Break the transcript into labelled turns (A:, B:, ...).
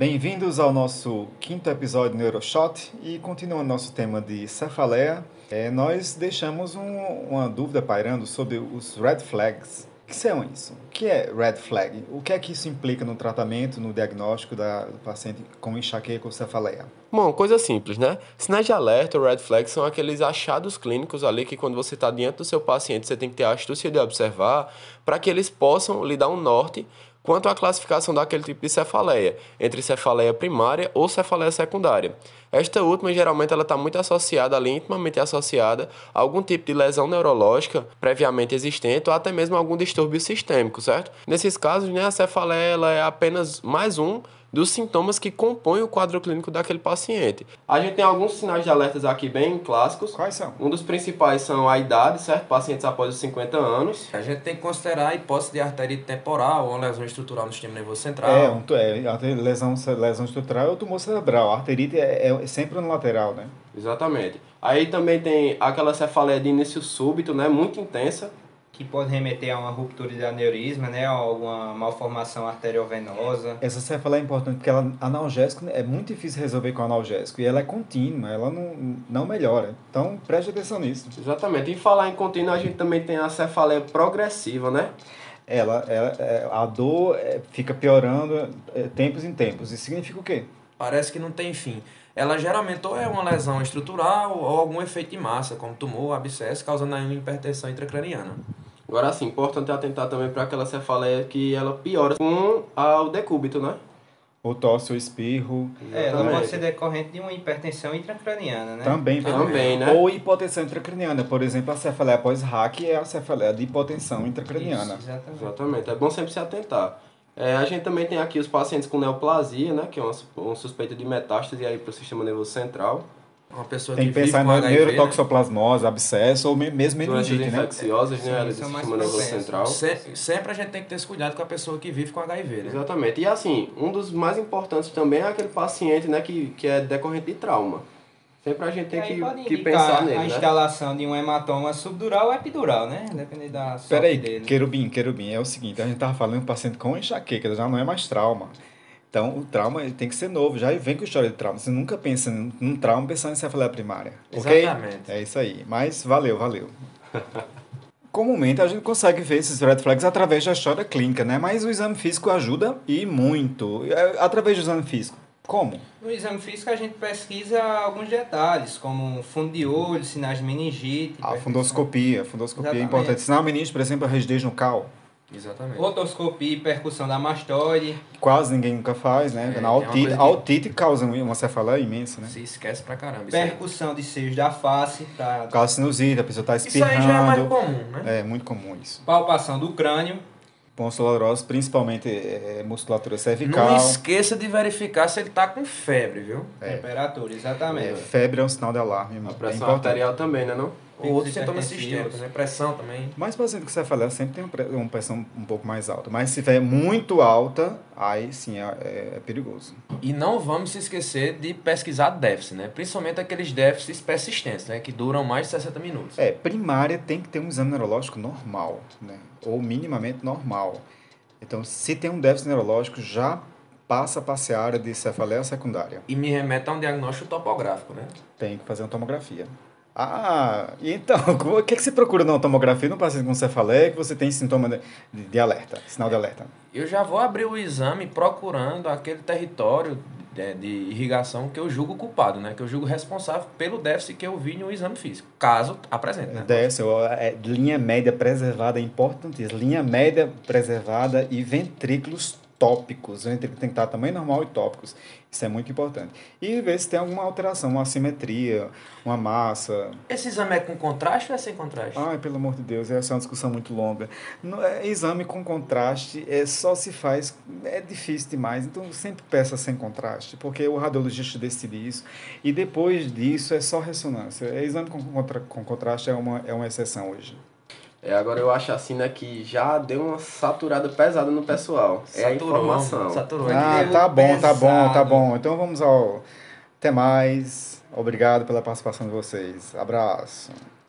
A: Bem-vindos ao nosso quinto episódio do Neuroshot e continuando nosso tema de cefaleia, eh, nós deixamos um- uma dúvida pairando sobre os red flags. O que são isso? O que é red flag? O que é que isso implica no tratamento, no diagnóstico da, do paciente com enxaqueca ou cefaleia?
B: Bom, coisa simples, né? Sinais de alerta ou red flags são aqueles achados clínicos ali que quando você está diante do seu paciente, você tem que ter a astúcia de observar para que eles possam lhe dar um norte quanto à classificação daquele tipo de cefaleia, entre cefaleia primária ou cefaleia secundária. Esta última, geralmente, ela está muito associada ali, intimamente associada a algum tipo de lesão neurológica previamente existente ou até mesmo algum distúrbio sistêmico, certo? Nesses casos, né, a cefaleia ela é apenas mais um dos sintomas que compõem o quadro clínico daquele paciente. A gente tem alguns sinais de alertas aqui bem clássicos.
A: Quais são?
B: Um dos principais são a idade, certo? Pacientes após os 50 anos.
C: A gente tem que considerar a hipótese de arterite temporal ou uma lesão estrutural no sistema nervoso central.
A: É, um, tu- é a te- lesão, ce- lesão estrutural é o tumor cerebral. A arterite é, é sempre unilateral, né?
B: Exatamente. Aí também tem aquela cefaleia de início súbito, né? Muito intensa.
D: que pode remeter a uma ruptura de aneurisma, né, a alguma malformação arteriovenosa.
A: Essa cefaleia é importante porque ela analgésico é muito difícil resolver com analgésico e ela é contínua, ela não, não melhora. Então preste atenção nisso.
B: Exatamente. E falar em contínuo, a gente também tem a cefaleia progressiva, né?
A: Ela, ela- é, a dor é, fica piorando é, tempos em tempos. Isso significa o quê?
C: Parece que não tem fim. Ela geralmente ou é uma lesão estrutural ou algum efeito de massa, como tumor, abscesso, causando aí uma hipertensão intracraniana.
B: Agora sim, importante atentar também para aquela cefaleia que ela piora com a- o decúbito, né?
A: Ou tosse ou espirro.
D: É, ela
B: Exatamente.
D: pode ser decorrente de uma hipertensão intracraniana, né?
A: Também,
B: Também, né?
A: Ou hipotensão intracraniana. Por exemplo, a cefaleia pós-hack é a cefaleia de hipotensão intracraniana.
D: Isso, exatamente.
B: Exatamente, é bom sempre se atentar. É, a gente também tem aqui os pacientes com neoplasia, né? Que é uma, su- um suspeito de metástase aí para o sistema nervoso central.
C: Uma pessoa
A: Tem que
C: que vive
A: pensar
C: com
A: na
C: HIV,
A: neurotoxoplasmose, abscesso ou me- mesmo
B: né? Doenças
A: meningite, né?
B: infecciosas, né?
D: Sim,
B: área do
D: são mais
B: sistema nervoso
D: propensas.
B: central.
C: né? Se- sempre a gente tem que ter esse cuidado com a pessoa que vive com HIV, né?
B: Exatamente. E assim, um dos mais importantes também é aquele paciente, né? Que, que é decorrente de trauma. Sempre a gente tem
D: Aí pode
B: que, que
D: indicar
B: pensar
D: a
B: nele, né?
D: instalação de um hematoma subdural ou epidural, né? Dependendo da sorte
A: Peraí,
D: dele.
A: querubim, querubim, é o seguinte, a gente tava falando de um paciente com enxaqueca, já não é mais trauma. Então, o trauma ele tem que ser novo, já vem com história de trauma. Você nunca pensa num- num trauma pensando em cefaleia primária, ok?
C: Exatamente.
A: É isso aí, mas valeu, valeu. Comumente a gente consegue ver esses red flags através da história clínica, né? Mas o exame físico ajuda e muito. É, Através do exame físico. Como?
D: No exame físico a gente pesquisa alguns detalhes, como um fundo de olho, sinais de meningite.
B: Ah,
A: A fundoscopia. A fundoscopia é
D: Exatamente.
A: importante. Sinal menino, por exemplo, a rigidez nucal.
C: Exatamente.
D: Otoscopia e percussão da mastoide.
A: quase ninguém nunca faz, né?
C: É,
A: Na
C: é uma
A: otite,
C: coisa que-
A: a otite causa uma cefaleia imensa, né?
C: Se esquece pra caramba. Isso aí,
D: Percussão de seios da face, tá? pra
A: Causa sinusite, a pessoa tá
C: Isso aí já é mais
A: espirrando.
C: comum, né?
A: É, muito comum isso.
D: palpação do crânio.
A: Ponsolorose, principalmente é, é, musculatura cervical.
C: Não esqueça de verificar se ele tá com febre, viu?
A: É.
D: Temperatura,
A: É,
D: exatamente.
A: febre é um sinal de alarme,
B: A
A: mano. É
B: pressão
A: importante.
B: arterial também, né? Não?
C: Ou outros
D: Picos
C: sintomas
D: hipertensivos.
C: sistêmicos, né? Pressão também.
A: Mas paciente com cefaleia sempre tem uma pre- uma pressão um pouco mais alta. Mas se tiver muito alta, aí sim é, é- é perigoso.
C: E não vamos se esquecer de pesquisar déficit, né? Principalmente aqueles déficits persistentes, né? Que duram mais de 60 minutos.
A: É, primária tem que ter um exame neurológico normal, né? Ou minimamente normal. Então, se tem um déficit neurológico, já passa para a área de cefaleia secundária.
C: E me remete a um diagnóstico topográfico, né?
A: Tem que fazer uma tomografia. Ah, e então, o que, é que você procura numa tomografia num paciente com cefaleia que você tem sintoma de, de- de alerta, sinal de alerta?
C: Eu já vou abrir o exame procurando aquele território de, de irrigação que eu julgo culpado, né? Que eu julgo responsável pelo déficit que eu vi no exame físico. Caso apresente, né?
A: Desce, ó, é, linha média preservada é importantíssimo. Linha média preservada e ventrículos tópicos. O ventrículo tem que estar tamanho normal e tópicos. Isso é muito importante. E ver se tem alguma alteração, uma assimetria, uma massa.
C: Esse exame é com contraste ou é sem contraste?
B: Ah,
A: Ai, pelo amor de Deus, essa é uma discussão muito longa. No- é, exame com contraste é, só se faz, é difícil demais, então sempre peça sem contraste, porque o radiologista decide isso, e depois disso é só ressonância. É, exame com, contra- com contraste é uma, é uma exceção hoje.
B: É, agora eu acho assim, né? Que já deu uma saturada pesada no pessoal. é a informação.
C: Saturou. é
A: Ah,
D: deu
A: tá bom, tá bom, tá
D: pesado.
A: bom. Então vamos ao... Até mais. Obrigado pela participação de vocês. Abraço.